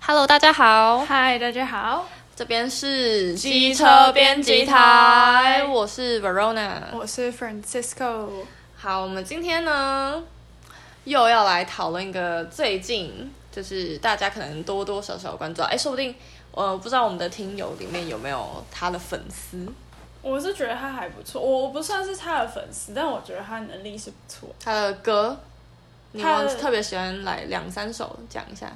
Hello，大家好，嗨，大家好，这边是机车编辑台我是 Verona。我是 Francisco。好，我们今天呢又要来讨论一个最近就是大家可能多多少少有关注到，哎，说不定呃不知道我们的听友里面有没有他的粉丝，我是觉得他还不错，我我不算是他的粉丝，但我觉得他能力是不错。他的歌，你他们的特别喜欢来两三首讲一下。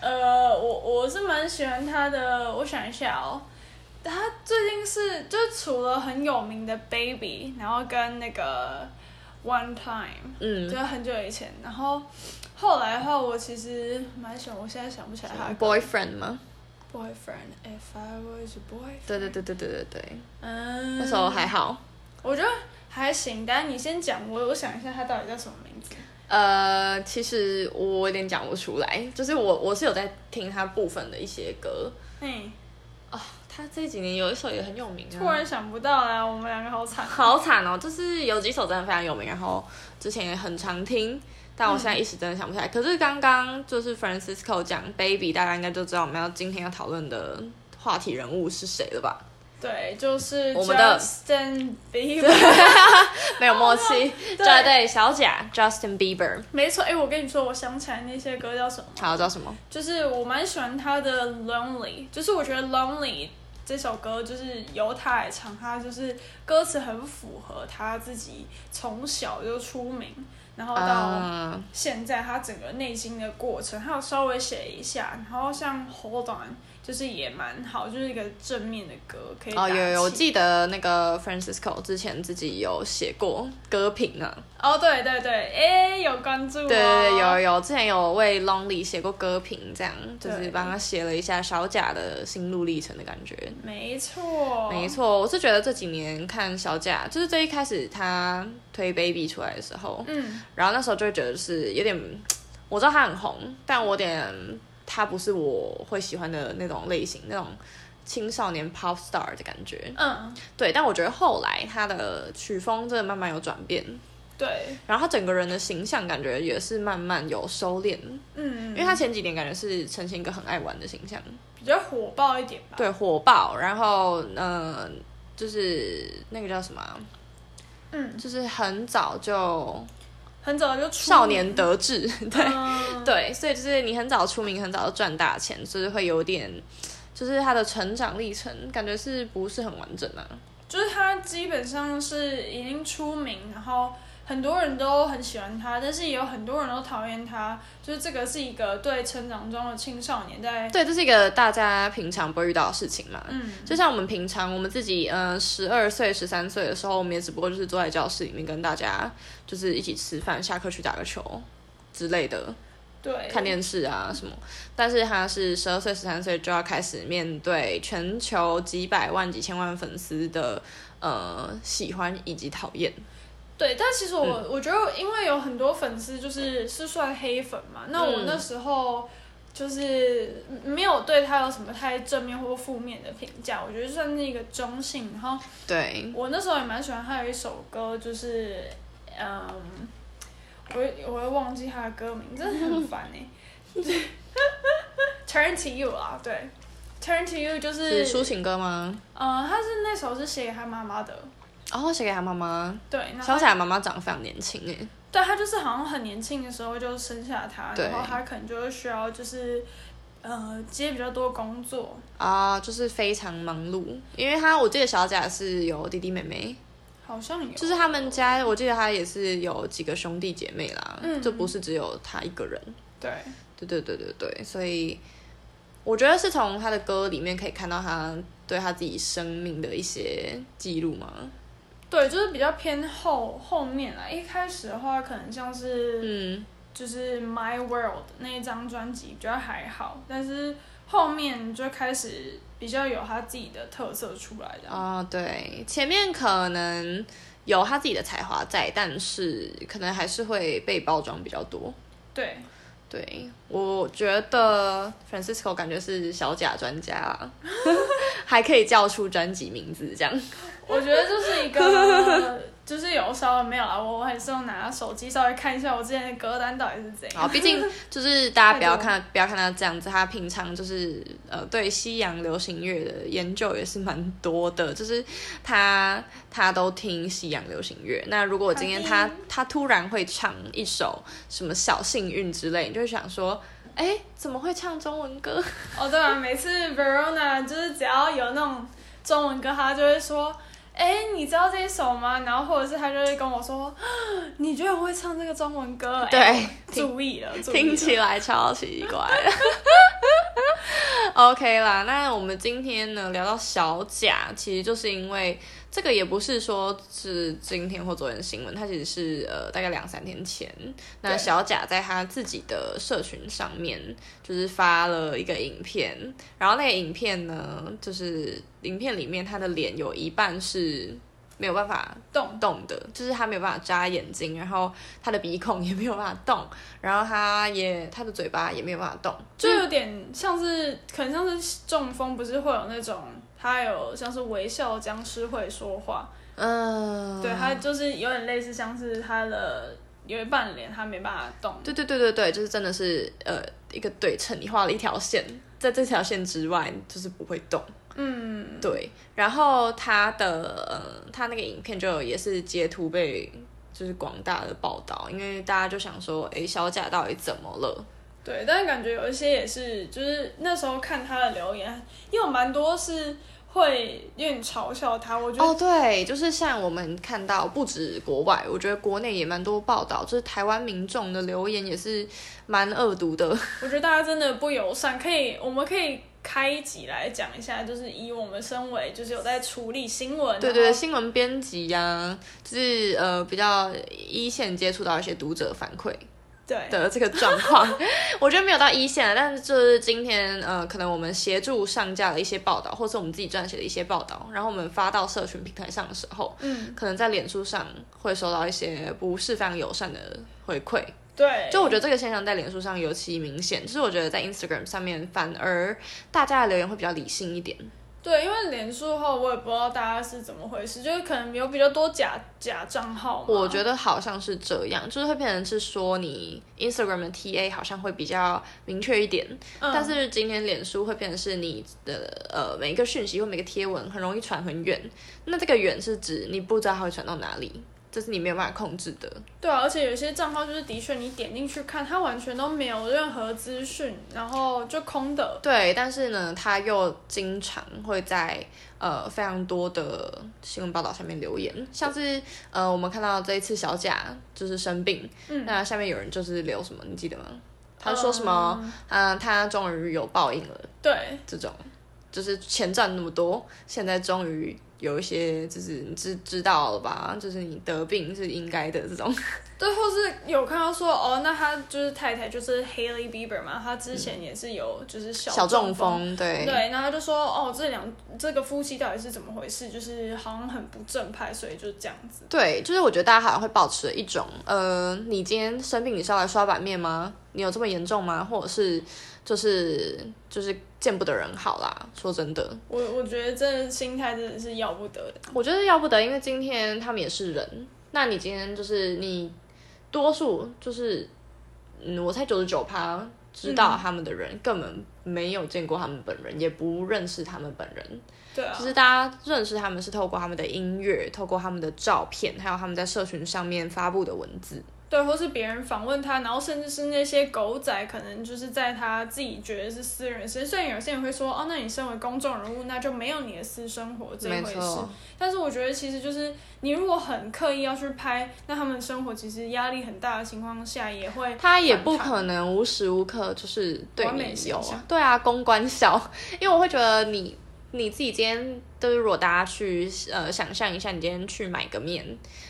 呃，我我是蛮喜欢他的，我想一下哦，他最近是就除了很有名的 Baby，然后跟那个 One Time，嗯就很久以前，然后后来的话，我其实蛮喜欢，我现在想不起来他的歌，Boyfriend 吗？ Boyfriend If I Was a Boy，对对，对对对对对，嗯，那首还好。我觉得还行，但你先讲，我我想一下他到底叫什么名字。呃，其实我有点讲不出来，就是我我是有在听他部分的一些歌嗯，啊、他这几年有一首也很有名啊，突然想不到啦，我们两个好惨。好惨哦，就是有几首真的非常有名，然后之前也很常听，但我现嗯在一时真的想不起来。可是刚刚就是 Francisco 讲 Baby，大家应该就知道我们要今天要讨论的话题人物是谁了吧？ 对，就是我们的 Justin Bieber。没有默契，哦对对对，小贾 Justin Bieber，没错，哎、我跟你说，我想起来那些歌叫什么，好叫什么？就是我蛮喜欢他的《Lonely》，就是我觉得《Lonely》这首歌就是由他来唱，他就是歌词很符合他自己从小就出名，然后到啊、现在他整个内心的过程，还有稍微写一下，然后像 Hold On 就是也蛮好，就是一个正面的歌，可以打哦，气。有有，我记得那个 Francisco 之前自己有写过歌评啊，哦，对对对，哎，有关注、哦，对对对，有有，之前有为 Lonely 写过歌评，这样就是对帮他写了一下小贾的心路历程的感觉。没错，没，错，我是觉得这几年看小贾，就是最一开始他推 Baby 出来的时候，嗯，然后那时候就会觉得是有点，我知道他很红，但我有点他不是我会喜欢的那种类型，那种青少年 pop star 的感觉。嗯，对，但我觉得后来他的曲风真的慢慢有转变，对，然后他整个人的形象感觉也是慢慢有收敛，嗯，因为他前几年感觉是呈现一个很爱玩的形象，比较火爆一点吧，对，火爆，然后呃，就是那个叫什么啊，嗯，就是很早就很早就出少年得志， 对、嗯对，所以就是你很早出名，很早就赚大钱，就是会有点。就是他的成长历程，感觉是不是很完整啊？就是他基本上是已经出名，然后很多人都很喜欢他，但是也有很多人都讨厌他。就是这个是一个对成长中的青少年在，对，这是一个大家平常不会遇到的事情嘛。嗯，就像我们平常我们自己，嗯，十二岁、十三岁的时候，我们也只不过就是坐在教室里面跟大家就是一起吃饭，下课去打个球之类的，对，看电视啊什么。但是他是十二岁、十三岁就要开始面对全球几百万、几千万粉丝的呃喜欢以及讨厌。对，但其实我、我觉得，因为有很多粉丝就是是算黑粉嘛，那我嗯那时候就是没有对他有什么太正面或负面的评价，我觉得算是一个中性。然后对，我那时候也蛮喜欢他有一首歌，就是嗯，我会我会忘记他的歌名，真的很烦哎、Turn to you 啦，对，Turn to you 就是是抒情歌吗？呃，他是那首是写给他妈妈的，哦，写给他妈妈。对，然后小贾妈妈长得非常年轻欸诶，对他就是好像很年轻的时候就生下他，对然后他可能就会需要就是呃接比较多工作，啊、就是非常忙碌，因为他我记得小贾是有弟弟妹妹，好像有就是他们家，我记得他也是有几个兄弟姐妹啦，嗯就不是只有他一个人。对对对对对对，所以我觉得是从他的歌里面可以看到他对他自己生命的一些记录嘛。对，就是比较偏后后面啦。一开始的话，可能像是、嗯，就是 My World 那一张专辑比较还好，但是后面就开始比较有他自己的特色出来的。啊、对，前面可能有他自己的才华在，但是可能还是会被包装比较多。对，对，我觉得 Francisco 感觉是小贾专家啦， 还可以叫出专辑名字这样。我觉得就是一 个，就是有稍微没有啦，我还是用拿手机稍微看一下我之前的歌单到底是怎好，样。毕竟就是大家不要太多看不要看他这样子，他平常就是呃对西洋流行乐的研究也是蛮多的，就是他他都听西洋流行乐。那如果今天他好听他突然会唱一首什么小幸运之类，你就会想说，哎，怎么会唱中文歌？哦，对啊，每次 Verona 就是只要有那种中文歌，他就会说。哎，你知道这一首吗？然后或者是他就会跟我说， 啊你居然会唱这个中文歌？哎 对，注意了，注意了听起来超奇怪 的。OK 啦，那我们今天呢聊到小贾，其实就是因为这个也不是说是今天或昨天的新闻，它其实是呃大概两三天前，那对小贾在他自己的社群上面就是发了一个影片，然后那个影片呢，就是影片里面他的脸有一半是没有办法动动的，就是他没有办法眨眼睛，然后他的鼻孔也没有办法动， 然后他也他的嘴巴也没有办法动，就有点像是，可能像是中风，不是会有那种他有像是微笑僵尸会说话，嗯、对他就是有点类似像是他的有一半脸他没办法动，对对对对对，就是真的是呃一个对称，你画了一条线，在这条线之外就是不会动。嗯，对，然后他的呃，他那个影片就也是截图被就是广大的报道，因为大家就想说，诶，小贾到底怎么了？对，但是感觉有一些也是，就是那时候看他的留言，也有蛮多是会有点嘲笑他，我觉得、哦，对，就是像我们看到，不止国外，我觉得国内也蛮多报道，就是台湾民众的留言也是蛮恶毒的。我觉得大家真的不友善，可以我们可以。开一集来讲一下，就是以我们身为就是有在处理新闻，对然对，后新闻编辑呀、就是呃比较一线接触到一些读者反馈，对的这个状况， 我觉得没有到一线啊，但是就是今天呃，可能我们协助上架了一些报道，或是我们自己撰写的一些报道，然后我们发到社群平台上的时候，嗯，可能在脸书上会收到一些不是非常友善的回馈。对，就我觉得这个现象在脸书上尤其明显，就是我觉得在 Instagram 上面反而大家的留言会比较理性一点。对，因为脸书的话，我也不知道大家是怎么回事，就是可能有比较多假假账号嘛。我觉得好像是这样，就是会变成是说你 Instagram 的 TA 好像会比较明确一点，嗯但是今天脸书会变成是你的呃每一个讯息或每个贴文很容易传很远，那这个远是指你不知道它会传到哪里，这是你没有办法控制的。对啊，而且有些账号就是的确你点进去看，它完全都没有任何资讯，然后就空的。对，但是呢，他又经常会在呃非常多的新闻报道下面留言，像是呃我们看到这一次小贾就是生病，嗯那下面有人就是留什么，你记得吗？他说什么？嗯、他终于有报应了，对，这种就是前赚那么多，现在终于有一些就是你知知道了吧？就是你得病是应该的这种。对，或是有看到说哦，那他就是太太就是 Haley Bieber 嘛，他之前也是有就是小小中风。风，对对，然后他就说哦，这两这个夫妻到底是怎么回事？就是好像很不正派，所以就这样子。对，就是我觉得大家好像会保持一种，呃，你今天生病你是要来刷版面吗？你有这么严重吗？或者是就是就是见不得人好啦。说真的，我我觉得这心态真的是要不得的。我觉得要不得，因为今天他们也是人。那你今天就是你多数就是，嗯，我猜九十九趴知嗯道他们的人、根本没有见过他们本人，也不认识他们本人。对啊就，是大家认识他们是透过他们的音乐，透过他们的照片，还有他们在社群上面发布的文字。对，或是别人访问他，然后甚至是那些狗仔，可能就是在他自己觉得是私人时间。虽然有些人会说，哦，那你身为公众人物，那就没有你的私生活这一没回事错。，但是我觉得，其实就是你如果很刻意要去拍，那他们生活其实压力很大的情况下，也会他也不可能无时无刻就是对完美你形有象，对啊，公关笑，因为我会觉得你你自己今天就是如果大家去呃想象一下，你今天去买个面，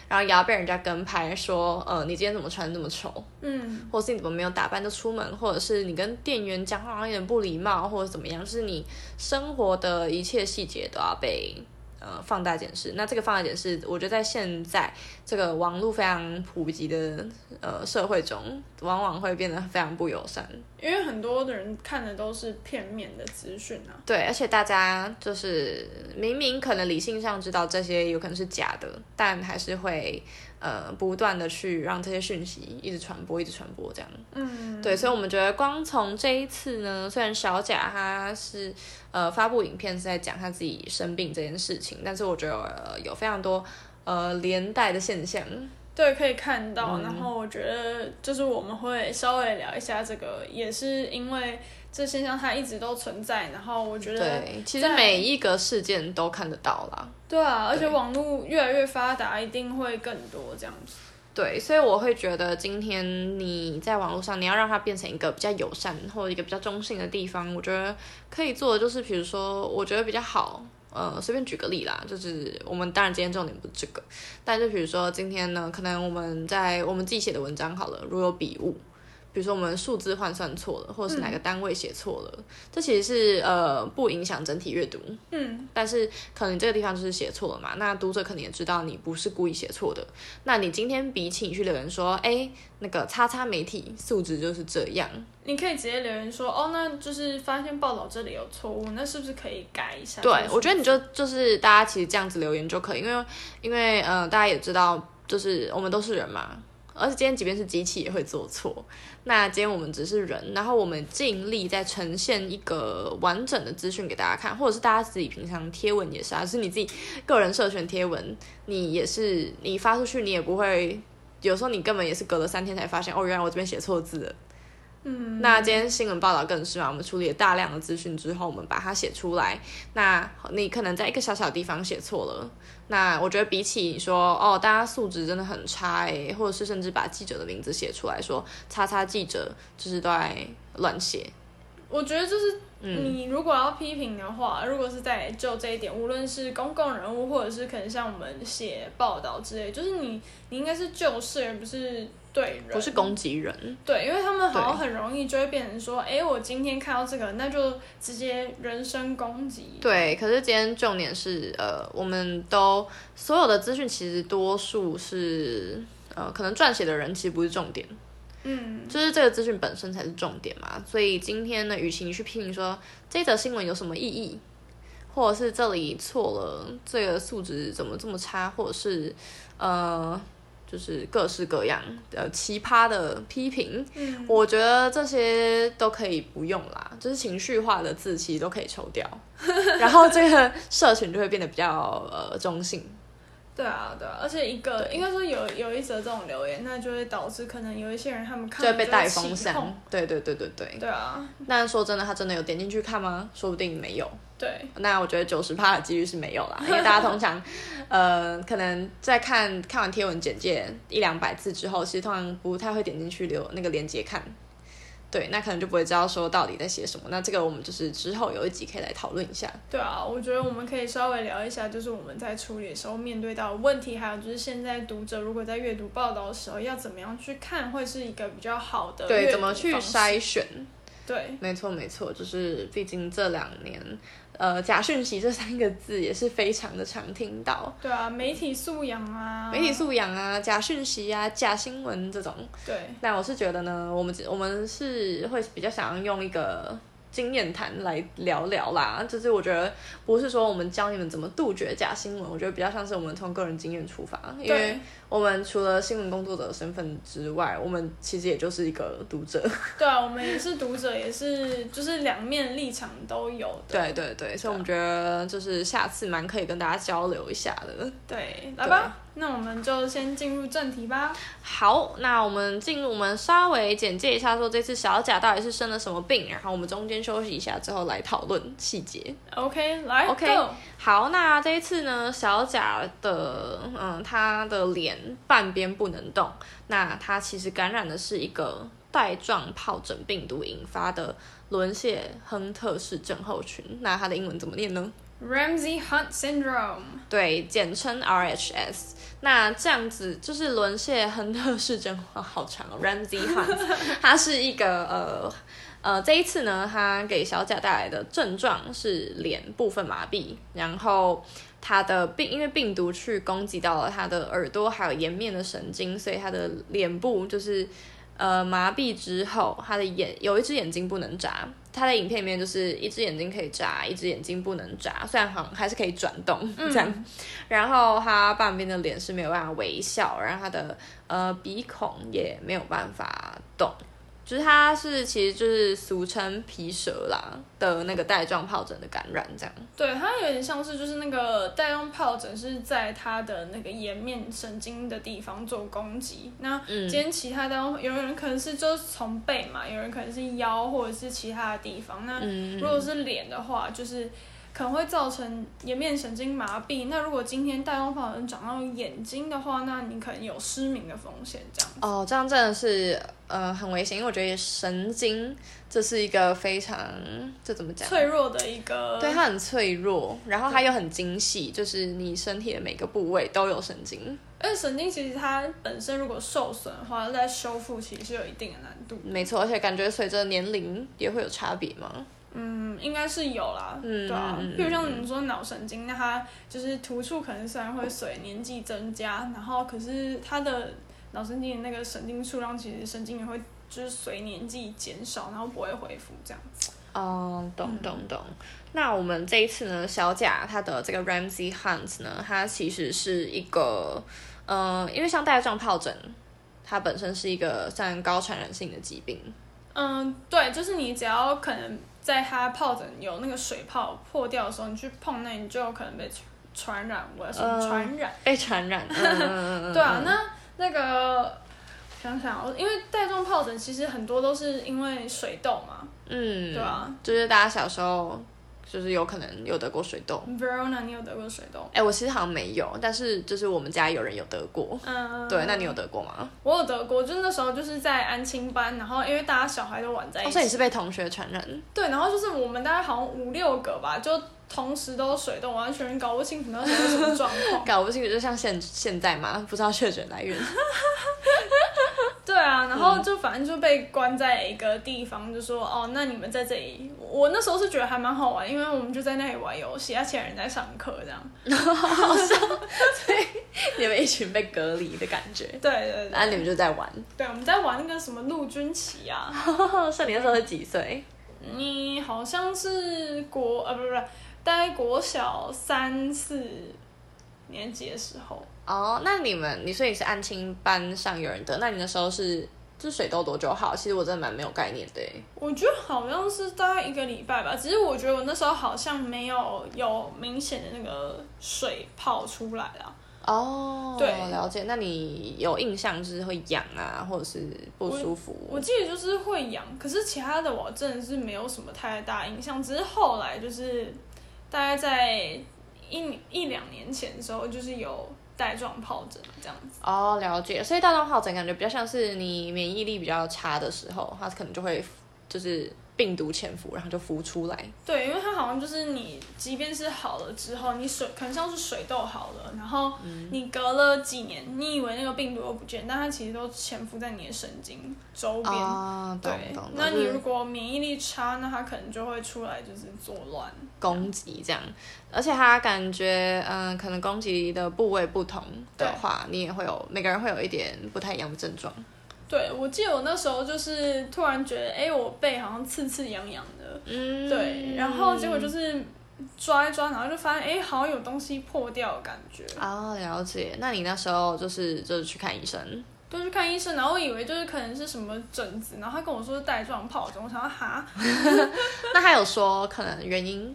然后也要被人家跟拍说，呃，你今天怎么穿这么丑，嗯，或是你怎么没有打扮就出门，或者是你跟店员讲话好像有点不礼貌，或者怎么样，就是你生活的一切细节都要被呃放大检视。那这个放大检视，我觉得在现在这个网络非常普及的呃社会中，往往会变得非常不友善，因为很多的人看的都是片面的资讯啊。对，而且大家就是明明可能理性上知道这些有可能是假的，但还是会呃不断的去让这些讯息一直传播，一直传播这样。嗯，对，所以我们觉得光从这一次呢，虽然小贾他是呃发布影片是在讲他自己生病这件事情，但是我觉得、呃有非常多呃连带的现象。对，可以看嗯到。然后我觉得就是我们会稍微聊一下这个，也是因为这现象它一直都存在。然后我觉得对，其实在每一个事件都看得到啦。对啊，而且对网络越来越发达，一定会更多这样子。对，所以我会觉得今天你在网络上，你要让它变成一个比较友善或者一个比较中性的地方，我觉得可以做的就是，比如说，我觉得比较好，呃，随便举个例啦，就是我们当然今天重点不是这个，但就比如说今天呢，可能我们在我们自己写的文章好了，如有笔误。比如说我们数字换算错了，或者是哪个单位写错了，这其实是呃不影响整体阅读，嗯，但是可能这个地方就是写错了嘛，那读者可能也知道你不是故意写错的。那你今天比起你去留言说，哎、那个叉叉媒体素质就是这样，你可以直接留言说，哦，那就是发现报道这里有错误，那是不是可以改一下？对就是我觉得你就就是大家其实这样子留言就可以，因为因为呃大家也知道，就是我们都是人嘛。而且今天即便是机器也会做错，那今天我们只是人，然后我们尽力在呈现一个完整的资讯给大家看，或者是大家自己平常贴文也是啊，是你自己个人社群贴文，你也是你发出去，你也不会，有时候你根本也是隔了三天才发现，哦，原来我这边写错字了。嗯，那今天新闻报道更是嘛，我们处理了大量的资讯之后，我们把它写出来。那你可能在一个小小的地方写错了，那我觉得比起你说哦，大家素质真的很差诶、或者是甚至把记者的名字写出来说“叉叉记者”，就是都在乱写。我觉得就是，嗯你如果要批评的话，如果是在就这一点，无论是公共人物，或者是可能像我们写报道之类，就是你你应该是就事，而不是对人，嗯不是攻击人，对，因为他们好像对很容易就会变成说，哎，我今天看到这个，那就直接人身攻击。对。可是今天重点是，呃，我们都所有的资讯其实多数是，呃，可能撰写的人其实不是重点，嗯，就是这个资讯本身才是重点嘛。所以今天呢，与其你去批评说这则新闻有什么意义，或者是这里错了，这个素质怎么这么差，或者是呃，就是各式各样呃奇葩的批评，嗯我觉得这些都可以不用啦，就是情绪化的字其实都可以抽掉，然后这个社群就会变得比较呃中性。对啊，对啊，而且一个对应该说有有一则这种留言，那就会导致可能有一些人他们看就会被带风风向，对对对对对。对啊，但说真的，他真的有点进去看吗？说不定没有。对，那我觉得九十趴的几率是没有啦， 因为大家通常，呃，可能在看看完贴文简介一两百字之后，其实通常不太会点进去留那个链接看。对，那可能就不会知道说到底在写什么。那这个我们就是之后有一集可以来讨论一下。对啊，我觉得我们可以稍微聊一下，就是我们在处理的时候面对到的问题，还有就是现在读者如果在阅读报道的时候，要怎么样去看，会是一个比较好的对，阅读怎么去方式筛选？对没错，没错，就是毕竟这两年，呃，假讯息这三个字也是非常的常听到，对啊，媒体素养啊，媒体素养啊、假讯息啊、假新闻这种。对那我是觉得呢，我们我们是会比较想要用一个经验谈来聊聊啦，就是我觉得不是说我们教你们怎么杜绝假新闻，我觉得比较像是我们从个人经验出发，因为对我们除了新闻工作者的身份之外，我们其实也就是一个读者，对啊，我们也是读者，也是就是两面立场都有的。 对对对，啊所以我们觉得就是下次蛮可以跟大家交流一下的。对，来吧，那我们就先进入正题吧。好，那我们进入我们稍微简介一下，说这次小贾到底是生了什么病，然后我们中间休息一下之后来讨论细节。 OK，来 OK go 好，那这一次呢，小贾的嗯，他的脸半边不能动，那他其实感染的是一个带状疱疹病毒引发的轮谢亨特氏症候群，那它的英文怎么念呢？ Ramsey Hunt Syndrome。对，简称 RHS。那这样子就是轮谢亨特氏症，哇，好长哦，Ramsey Hunt，它是一个呃呃，这一次呢，它给小贾带来的症状是脸部分麻痹，然后它的病因为病毒去攻击到了他的耳朵还有颜面的神经，所以他的脸部就是。呃麻痹之后，他的眼有一只眼睛不能眨。他的影片里面就是一只眼睛可以眨，一只眼睛不能眨，虽然好像还是可以转动、这样。然后他半边的脸是没有办法微笑，然后他的呃鼻孔也没有办法动，就是他是其实就是俗称皮蛇啦的那个带状疱疹的感染这样。对，它有点像是就是那个带状疱疹是在它的那个颜面神经的地方做攻击。那嗯今天其他的有人可能是就是从背嘛，有人可能是腰或者是其他的地方。那嗯如果是脸的话，就是可能会造成颜面神经麻痹。那如果今天带状疱疹长到眼睛的话，那你可能有失明的风险。这样，哦，这样真的是呃很危险，因为我觉得神经这是一个非常这怎么讲？脆弱的一个对，它很脆弱，然后它又很精细，就是你身体的每个部位都有神经，而且神经其实它本身如果受损的话，在修复其实是有一定的难度。没错，而且感觉随着年龄也会有差别嘛。嗯，应该是有啦，嗯对啊嗯嗯。比如像你说脑神经，那它就是突触，可能虽然会随年纪增加，然后可是它的脑神经的那个神经数量，其实神经也会就是随年纪减少，然后不会恢复这样子。哦，懂嗯懂懂。那我们这一次呢，小贾他的这个 Ramsey Hunt 呢，他其实是一个，呃，因为像带状疱疹，它本身是一个算高传染性的疾病，嗯，对，就是你只要可能在它疱疹有那个水泡破掉的时候，你去碰那，你就有可能被传传染。我要说嗯传染。被传 染。嗯嗯嗯嗯对啊，那那个想想哦，因为带状疱疹其实很多都是因为水痘嘛。嗯，对啊，就是大家小时候就是有可能有得过水痘。 Verona，你有得过水痘？哎、我其实好像没有，但是就是我们家有人有得过。嗯，对，那你有得过吗？我有得过，就是那时候就是在安亲班，然后因为大家小孩都玩在一哦，起，所以你是被同学传染。对，然后就是我们大概好像五六个吧，就同时都有水痘，完全搞不清楚那时候什么状 况。搞不清楚，就像现现在嘛，不知道确诊来源。 对嗯啊，然后就反正就被关在一个地方，就说哦，那你们在这里。我那时候是觉得还蛮好玩，因为我们就在那里玩游戏，而且人在上课这样。你们一群被隔离的感觉，对对然后对，啊你们就在玩。 对，我们在玩那个什么陆军旗啊。所以你那时候是几岁？你好像是国呃不是不是，大概国小三四年级的时候，哦，那你们，你所以你是安亲班上有人得，那你那时候是就水痘多久好？其实我真的蛮没有概念的欸耶。我觉得好像是大概一个礼拜吧。只是我觉得我那时候好像没有有明显的那个水泡出来啦。哦，对了解。那你有印象就是会痒啊，或者是不舒服？我记得就是会痒，可是其他的我真的是没有什么太大印象。只是后来就是大概在一一两年前的时候，就是有带状疱疹这样子。哦，了解。所以大状疱疹感觉比较像是你免疫力比较差的时候，它可能就会就是病毒潜伏，然后就浮出来。对，因为它好像就是你，即便是好了之后，你水可能像是水痘好了，然后嗯你隔了几年，你以为那个病毒都不见，但它其实都潜伏在你的神经周边。啊，懂对懂。懂，那就你是如果免疫力差，那它可能就会出来就是作乱。攻击这样，而且它感觉嗯、可能攻击的部位不同的话，你也会有每个人会有一点不太一样的症状。对，我记得我那时候就是突然觉得，哎、我背好像刺刺痒痒的，嗯，对，然后结果就是抓一抓，然后就发现，哎、好像有东西破掉的感觉。啊，了解。那你那时候就是就是去看医生， 就去看医生，然后我以为就是可能是什么疹子，然后他跟我说是带状疱疹，我想说哈，那他有说可能原因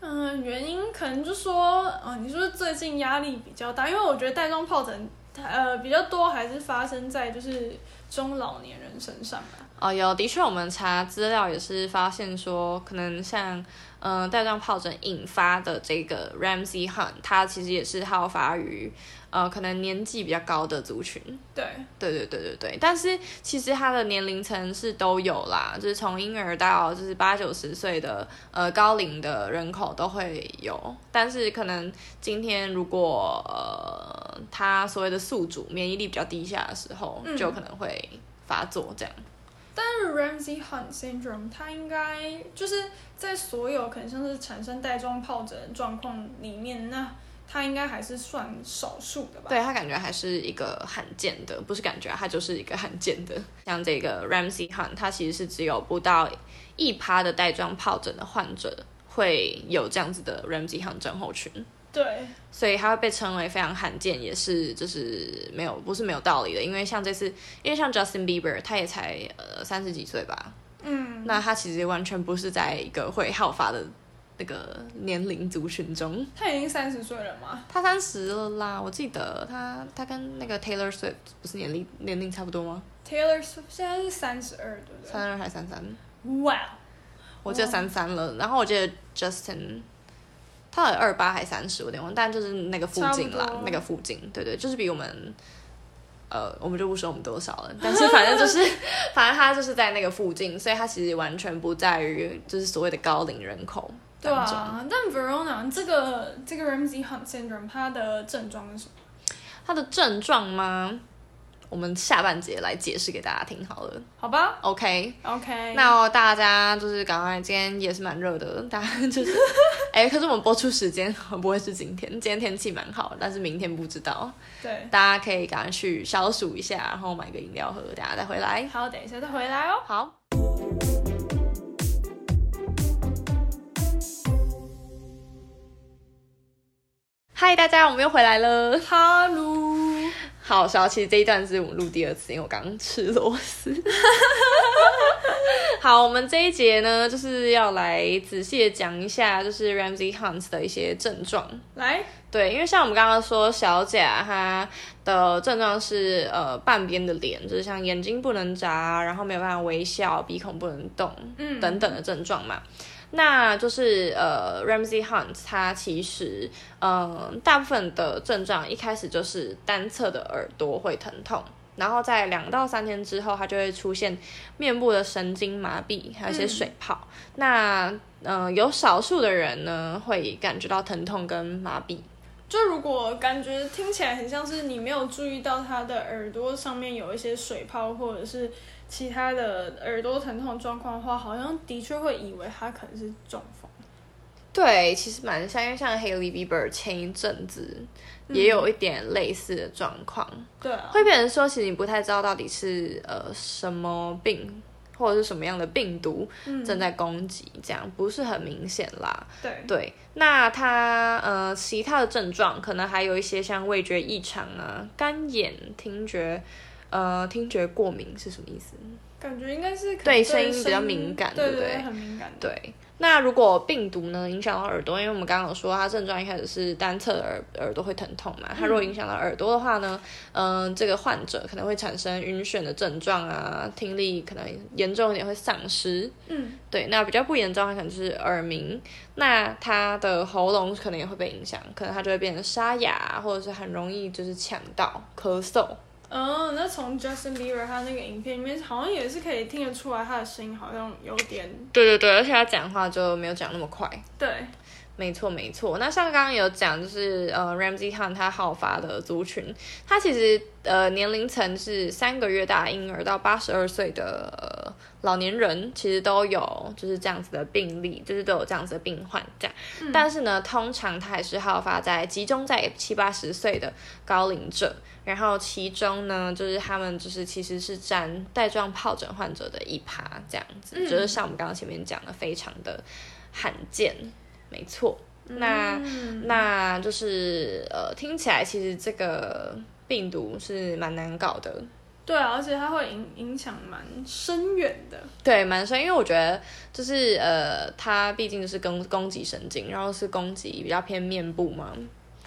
嗯，原因可能就说，嗯，你说最近压力比较大，因为我觉得带状疱疹，呃，比较多还是发生在就是中老年人身上吧。哦，有，的确，我们查资料也是发现说，可能像嗯带状疱疹引发的这个 Ramsey Hunt，它其实也是好发于呃可能年纪比较高的族群。对，对对对对对，但是其实它的年龄层是都有啦，就是从婴儿到就是八九十岁的呃高龄的人口都会有，但是可能今天如果呃他所谓的宿主免疫力比较低下的时候，嗯就可能会发作这样。但是 Ramsey Hunt syndrome 它应该就是在所有可能像是产生带状疱疹的状况里面，那他应该还是算少数的吧？对他感觉还是一个罕见的，不是感觉啊，他就是一个罕见的。 像这个 Ramsey Hunt，他其实是只有不到一趴的带状疱疹的患者会有这样子的 Ramsey Hunt 症候群，对，所以他会被称为非常罕见，也是就是没有不是没有道理的。因为像这次，因为像 Justin Bieber，他也才呃三十几岁吧，嗯，那他其实完全不是在一个会好发的那个年龄族群中。他已经三十岁了嘛，他三十了啦，我记得他他跟那个 Taylor Swift 不是年龄年龄差不多吗？ Taylor Swift 现在是三十二，对不三二还是三三？对？哇、我记得三三了。然后我记得 Justin 他好像二八还三十，我有点忘了，但就是那个附近差不啦多，那个附近，对对，就是比我们。呃，我们就不说我们多少 了，但是反正就是， 反正他就是在那个附近，所以他其实完全不在于就是所谓的高龄人口对当中。啊，但 Verona 这个这个 Ramsey Hunt syndrome 它的症状是什么？他的症状吗？我们下半节来解释给大家听好了。好吧 OK， ，OK，那大家就是赶快，今天也是蛮热的，大家就是，哎、可是我们播出时间不会是今天，今天天气蛮好，但是明天不知道，对，大家可以赶快去消暑一下，然后买个饮料喝，大家再回来。好，等一下再回来哦。好，嗨，大家，我们又回来了。哈喽，嗯好笑，其实这一段是我们录第二次，因为我刚刚吃螺丝。 好，我们这一节呢，就是要来仔细的讲一下，就是 Ramsey Hunt 的一些症状。来，对，因为像我们刚刚说，小贾她的症状是呃半边的脸，就是像眼睛不能眨，然后没有办法微笑，鼻孔不能动，嗯，等等的症状嘛。那就是呃，Ramsey Hunt 他其实呃，大部分的症状一开始就是单侧的耳朵会疼痛，然后在两到三天之后，它就会出现面部的神经麻痹，还有一些水泡。那呃，有少数的人呢会感觉到疼痛跟麻痹，就如果感觉听起来很像是你没有注意到他的耳朵上面有一些水泡，或者是其他的耳朵疼痛状况的话，好像的确会以为他可能是中风。对，其实蛮像，因为像 Haley Bieber 前一阵子也有一点类似的状况，对啊，会变成说，其实你不太知道到底是呃什么病或者是什么样的病毒正在攻击，这样不是很明显啦。对，对，那它呃其他的症状可能还有一些像味觉异常啊、干眼、听觉。呃，听觉过敏是什么意思？感觉应该是可能对声声音比较敏感对对不对，对很敏感的。对，那如果病毒呢影响到耳朵，因为我们刚刚有说它症状一开始是单侧的耳耳朵会疼痛嘛，它如果影响到耳朵的话呢，嗯、这个患者可能会产生晕眩的症状啊，听力可能严重一点会丧失。嗯，对，那比较不严重，它可能就是耳鸣，那他的喉咙可能也会被影响，可能他就会变成沙哑，或者是很容易就是呛到、咳嗽。嗯，那从 Justin Bieber 他那个影片里面，好像也是可以听得出来，他的声音好像有点对对对，而且他讲话就没有讲那么快。对，没错，没错。那像刚刚有讲，就是呃，Ramsey Hunt 他好发的族群，他其实呃年龄层是三个月大婴儿到八十二岁的、呃老年人，其实都有就是这样子的病例，就是都有这样子的病患这样。但是呢，通常它还是好发在集中在七八十岁的高龄者，然后其中呢，就是他们就是其实是占带状疱疹患者的一趴这样子，嗯就是像我们刚刚前面讲的，非常的罕见。没错，嗯那、那就是呃，听起来其实这个病毒是蛮难搞的，对啊，而且它会影影响蛮深远的。对，蛮深，因为我觉得就是呃，它毕竟是攻攻击神经，然后是攻击比较偏面部嘛，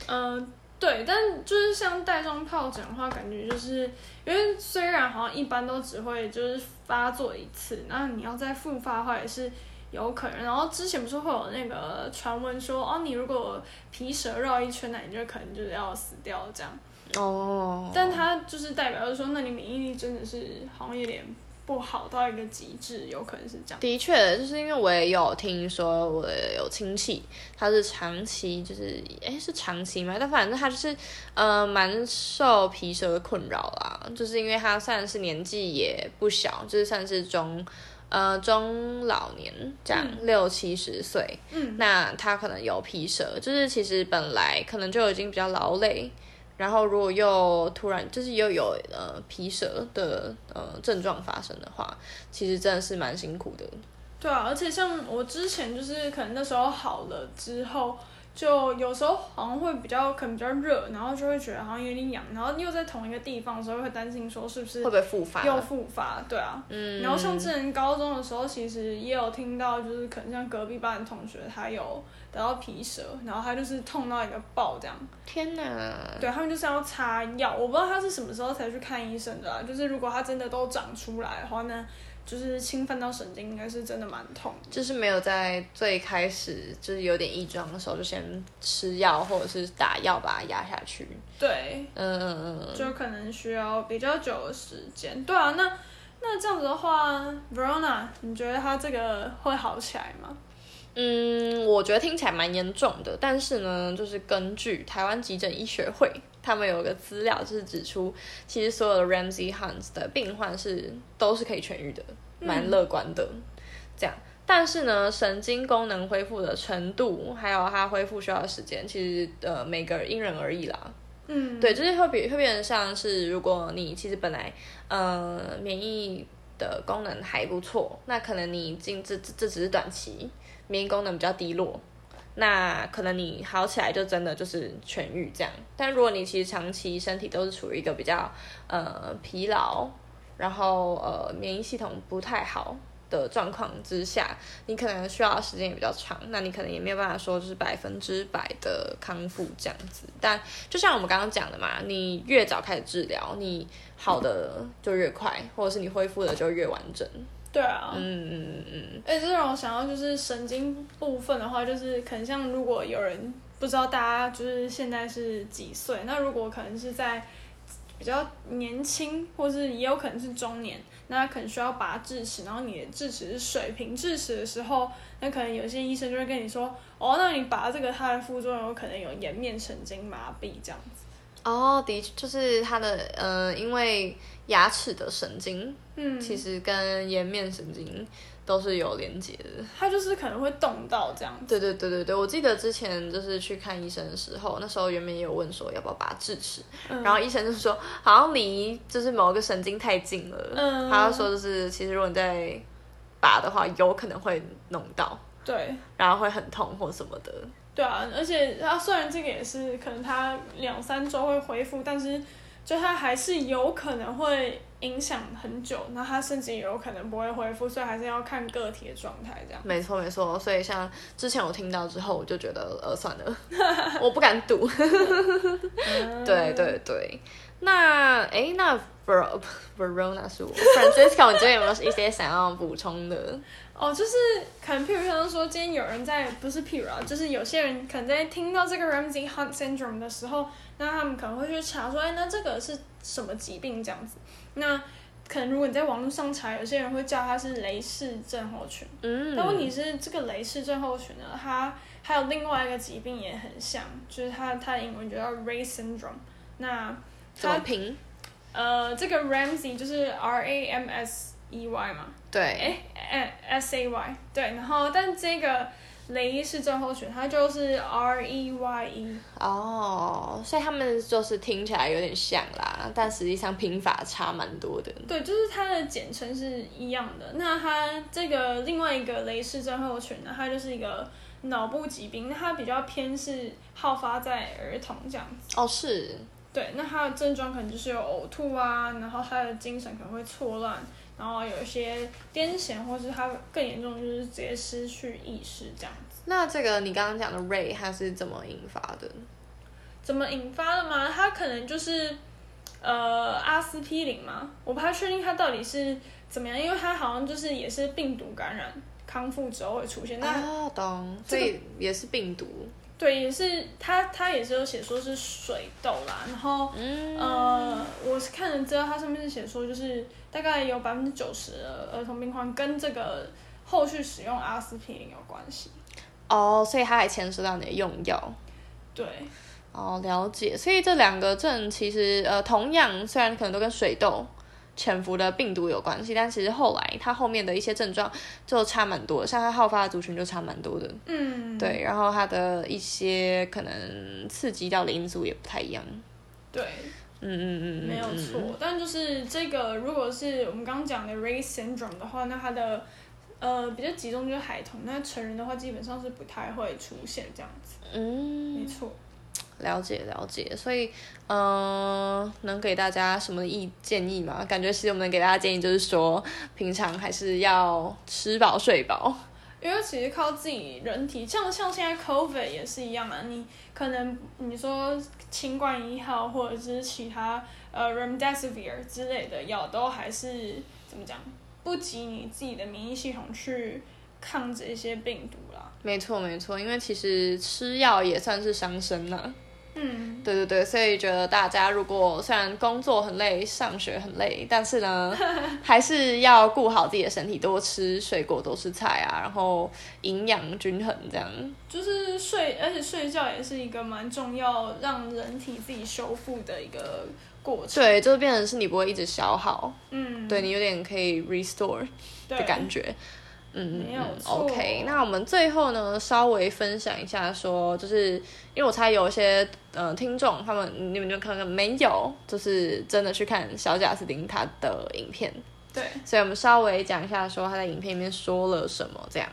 嗯，对，但就是像带状疱疹的话，感觉就是因为虽然好像一般都只会就是发作一次，那你要再复发的话也是有可能。然后之前不是会有那个传闻说，哦，你如果皮蛇绕一圈，那你就可能就是要死掉这样。哦，但它就是代表着说，那你免疫力真的是好像有点不好到一个极致，有可能是这样。的确，就是因为我也有听说，我有亲戚他是长期就是，哎，是长期吗？但反正他就是，呃，蛮受皮蛇的困扰啦。就是因为他虽然是年纪也不小，就是算是中呃中老年这样、六七十岁，嗯，那他可能有皮蛇，就是其实本来可能就已经比较劳累，然后如果又突然就是又有呃皮蛇的呃症状发生的话，其实真的是蛮辛苦的。对啊，而且像我之前就是可能那时候好了之后，就有时候好像会比较可能比较热，然后就会觉得好像有点痒，然后又在同一个地方的时候会担心说是不是会不会复发？又复发，对啊，嗯，然后像之前高中的时候，其实也有听到，就是可能像隔壁班的同学，他有得到皮蛇，然后他就是痛到一个爆这样，天哪！对他们就是要擦药，我不知道他是什么时候才去看医生的啊，就是如果他真的都长出来的话呢，就是侵犯到神经，应该是真的蛮痛的。就是没有在最开始就是有点异状的时候，就先吃药或者是打药把它压下去。对，嗯嗯嗯嗯，就可能需要比较久的时间。对啊，那那这样子的话，Verona，你觉得他这个会好起来吗？嗯，我觉得听起来蛮严重的，但是呢，就是根据台湾急诊医学会，他们有个资料，就是指出，其实所有的 Ramsey Hunt 的病患是都是可以痊愈的，蛮乐观的，这样。但是呢，神经功能恢复的程度，还有它恢复需要的时间，其实呃每个人因人而异啦。嗯，对，就是会比会变成像是，如果你其实本来呃免疫的功能还不错，那可能你进这这这只是短期，免疫功能比较低落，那可能你好起来就真的就是痊愈这样。但如果你其实长期身体都是处于一个比较呃疲劳，然后呃免疫系统不太好。的状况之下，你可能需要的时间也比较长，那你可能也没有办法说就是百分之百的康复这样子。但就像我们刚刚讲的嘛，你越早开始治疗，你好的就越快，或者是你恢复的就越完整。对啊，嗯嗯嗯嗯，哎、这让我想到就是神经部分的话，就是可能像如果有人不知道大家就是现在是几岁，那如果可能是在比较年轻，或是也有可能是中年，那可能需要拔智齿，然后你的智齿是水平智齿的时候，那可能有些医生就会跟你说，哦，那你拔这个它的副作用有可能有颜面神经麻痹这样子。哦，的确就是它的呃，因为牙齿的神经嗯，其实跟颜面神经都是有连接的。它就是可能会动到这样子。对对对对对，我记得之前就是去看医生的时候，那时候原本也有问说要不要拔智齿，嗯然后医生就说好像离就是某个神经太近了，嗯他就说就是其实如果你在拔的话，有可能会弄到，对，然后会很痛或什么的。对啊，而且它虽然这个也是可能它两三周会恢复，但是就它还是有可能会影响很久，那它甚至也有可能不会恢复，所以还是要看个体的状态这样。没错没错，所以像之前我听到之后，我就觉得呃算 了，我不敢 赌。对对对，那诶，那 Ver Verona 是我 Francisco，你这边有没有一些想要补充的？哦，就是可能譬如像说，今天有人在不是譬如啊，就是有些人可能在听到这个 Ramsey Hunt syndrome 的时候，那他们可能会去查说，哎，那这个是什么疾病这样子？那可能如果你在网络上查，有些人会叫它是雷氏症候群。 嗯，但问题是，这个雷氏症候群呢，它还有另外一个疾病也很像，就是它它的英文就叫 Ray syndrome。那怎么它拼？呃，这个 Ramsey 就是 R A M S E Y 嘛，对，哎哎 S A Y 对，然后但这个雷氏症候群它就是 R E Y E 哦，所以他们就是听起来有点像啦，但实际上拼法差蛮多的。对，就是它的简称是一样的。那它这个另外一个雷氏症候群呢，它就是一个脑部疾病，那它比较偏是好发在儿童这样子。哦，是，对，那它的症状可能就是有呕吐啊，然后他的精神可能会错乱，然后有一些癫痫，或是他更严重就是直接失去意识这样子。那这个你刚刚讲的 Ray 它是怎么引发的？怎么引发的吗？它可能就是呃阿司匹林嘛，我不太确定它到底是怎么样，因为它好像就是也是病毒感染康复之后会出现。那、哦，懂，所这个以也是病毒。对，也是它它也是有写说是水痘啦，然后嗯，呃，我是看了资料，它上面是写说，就是大概有百分之九十的儿童病患跟这个后续使用阿司匹林有关系。哦，所以它还牵涉到你的用药。对，哦，了解。所以这两个症其实呃，同样虽然可能都跟水痘，潜伏的病毒有关系，但其实后来他后面的一些症状就差蛮多，像他好发的族群就差蛮多的。嗯，对，然后他的一些可能刺激到的因素也不太一样。对，嗯嗯嗯，嗯没有嗯错。但就是这个，如果是我们刚刚讲的 race syndrome 的话，那它的呃比较集中就是孩童，那成人的话基本上是不太会出现这样子。嗯，没错，了解了解，所以嗯、呃能给大家什么意建议吗？感觉其实我们能给大家建议就是说，平常还是要吃饱睡饱。因为其实靠自己人体，像像现在 COVID 也是一样啊，你可能你说新冠一号或者是其他呃 remdesivir 之类的药，都还是怎么讲，不及你自己的免疫系统去抗这些病毒啦。没错没错，因为其实吃药也算是伤身了、嗯，对对对，所以觉得大家如果虽然工作很累、上学很累，但是 呢，还是要顾好自己的身体，多吃水果、多吃菜啊，然后营养均衡这样。就是睡，而且睡觉也是一个蛮重要让人体自己修复的一个过程。对，就是变成是你不会一直消耗，嗯，对你有点可以 restore 对的感觉。嗯没有嗯错，OK，那我们最后呢，稍微分享一下说，就是因为我猜有一些呃听众，他们你们就可能没有，就是真的去看小贾斯汀他的影片，对，所以我们稍微讲一下说他在影片里面说了什么这样。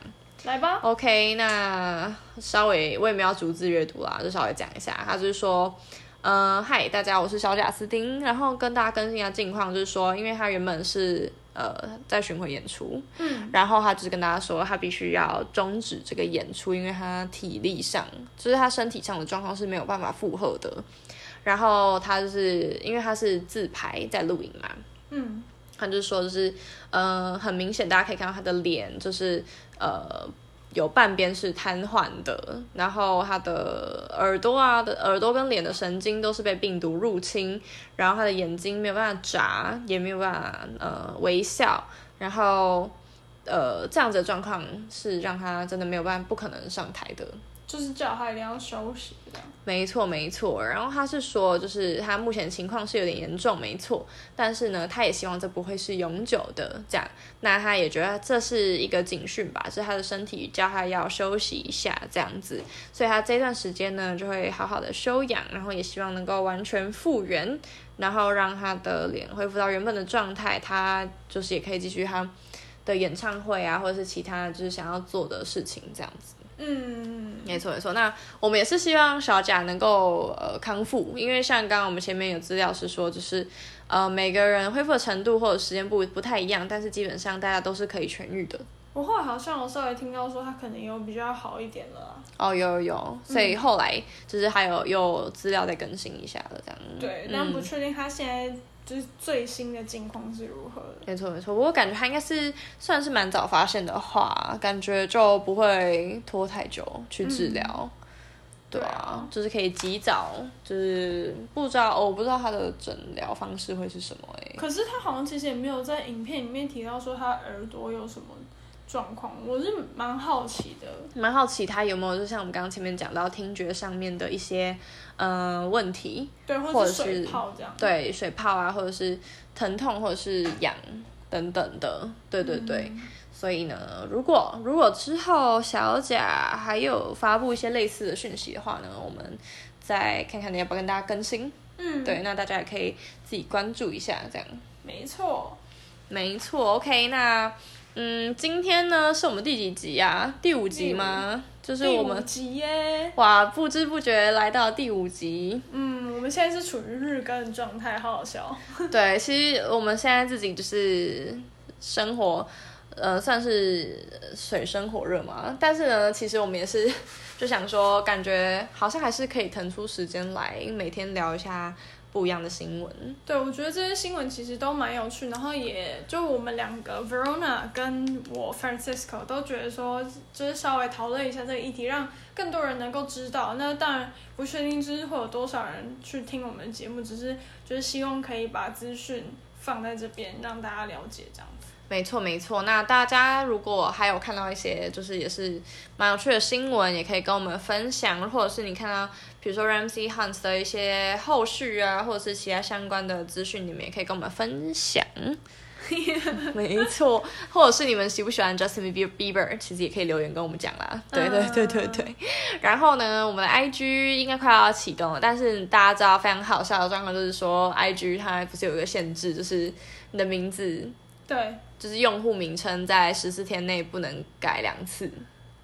来吧， OK，那稍微我也没有逐字阅读啦，就稍微讲一下。他就是说，呃，嗨，大家，我是小贾斯汀，然后跟大家更新一下近况，就是说，因为他原本是呃在巡回演出，嗯，然后他就是跟大家说，他必须要终止这个演出，因为他体力上，就是他身体上的状况是没有办法负荷的。然后他就是因为他是自拍在录影嘛，嗯，他就说就是，呃，很明显大家可以看到他的脸就是呃有半边是瘫痪的，然后他的耳朵啊的耳朵跟脸的神经都是被病毒入侵，然后他的眼睛没有办法眨，也没有办法呃微笑，然后呃这样子的状况是让他真的没有办法不可能上台的。就是叫他一定要休息这样。没错，没错。然后他是说，就是他目前情况是有点严重，没错。但是呢，他也希望这不会是永久的这样。那他也觉得这是一个警讯吧，是他的身体叫他要休息一下这样子。所以他这段时间呢，就会好好的休养，然后也希望能够完全复原，然后让他的脸恢复到原本的状态。他就是也可以继续他的演唱会啊，或者是其他就是想要做的事情这样子。嗯，没错没错，那我们也是希望小贾能够呃康复，因为像刚刚我们前面有资料是说，就是呃每个人恢复的程度或者时间不不太一样，但是基本上大家都是可以痊愈的。我后来好像有稍微听到说他可能有比较好一点了啦。哦，有有有，所以后来就是还有有资料再更新一下了，这样。对，嗯但不确定他现在就是最新的境况是如何的。没错没错，不过感觉他应该是算是蛮早发现的话，感觉就不会拖太久去治疗。嗯对对啊啊，就是可以及早，就是不知道、哦我不知道他的诊疗方式会是什么哎、可是他好像其实也没有在影片里面提到说他耳朵有什么状况，我是蛮好奇的。蛮好奇他有没有，就像我们刚刚前面讲到听觉上面的一些呃问题，对，或或者是水是泡这样。对水泡啊，或者是疼痛，或者是痒等等的，对对对。嗯所以呢，如果如果之后小贾还有发布一些类似的讯息的话呢，我们再看看你要不要跟大家更新。嗯，对，那大家也可以自己关注一下，这样。没错。没错，OK，那嗯，今天呢是我们第几集啊？第五集第五吗？就是第我五们集耶。哇，不知不觉来到第五集。 嗯，我们现在是处于日更的状态，好好笑。对，其实我们现在自己就是生活，呃，算是水深火热嘛。但是呢，其实我们也是就想说，感觉好像还是可以腾出时间来每天聊一下不一样的新闻。对，我觉得这些新闻其实都蛮有趣，然后也就我们两个 Verona 跟我 Francisco 都觉得说，就是稍微讨论一下这个议题，让更多人能够知道。那当然不确定就是会有多少人去听我们的节目，只是就是希望可以把资讯放在这边，让大家了解这样子。没错，没错。那大家如果还有看到一些就是也是蛮有趣的新闻，也可以跟我们分享，或者是你看到，比比如说 Ramsey Hunt 的一些后续啊，或者是其他相关的资讯，你们也可以跟我们分享。 没错，或者是你们喜不喜欢 Justin Bieber，其实也可以留言跟我们讲啦。对对对对对。 然后呢，我们的 IG 应该快要启动了，但是大家知道非常好笑的状况就是说，IG 它不是有一个限制，就是你的名字，对，就是用户名称在十四天内不能改两次。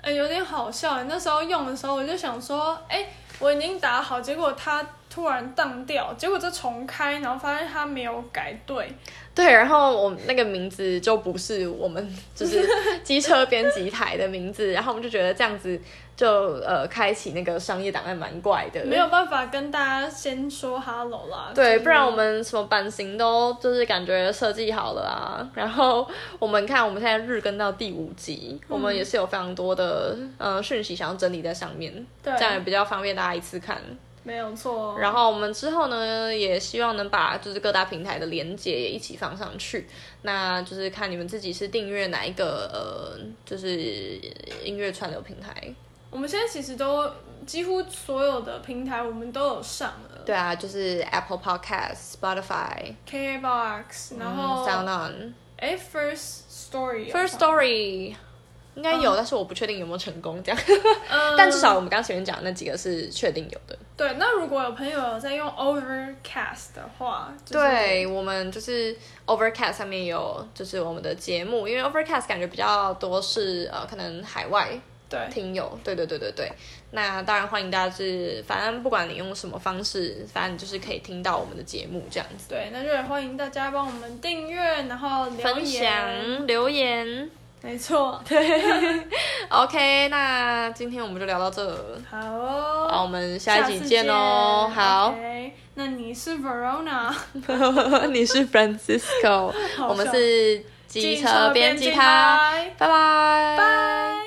哎、有点好笑。那时候用的时候，我就想说，哎、我已经打好，结果它突然宕掉，结果就重开，然后发现它没有改对。对，然后我们那个名字就不是我们就是 机车编辑台的名字，然后我们就觉得这样子就呃开启那个商业档案蛮怪的，没有办法跟大家先说 hello 啦。对，就是不然我们什么版型都就是感觉设计好了啊。然后我们看我们现在日更到第五集，我们也是有非常多的呃讯息想要整理在上面，对这样也比较方便大家一次看。没有错。哦然后我们之后呢，也希望能把就是各大平台的连接也一起放上去。那就是看你们自己是订阅哪一个呃，就是音乐串流平台。我们现在其实都几乎所有的平台我们都有上了对啊，就是 Apple Podcast、Spotify、嗯，KBox，然后哎、 Sound On、 First Story 有哦 First 上 Story。应该有，但是我不确定有没有成功这样。嗯但至少我们刚刚前面讲的那几个是确定有的。对。那如果有朋友有在用 Overcast 的话，就是、对我们就是 Overcast 上面有就是我们的节目，因为 Overcast 感觉比较多是呃可能海外对听友，对对对对对。那当然欢迎大家是，反正不管你用什么方式，反正你就是可以听到我们的节目这样子。对，那就也欢迎大家帮我们订阅，然后留言分享留言没 错， ，OK，那今天我们就聊到这，好哦。好，我们下一集次见哦。好 o，k 那你是 Verona， 你是 Francisco，好我们笑是机车编辑机车他，台，拜拜，拜。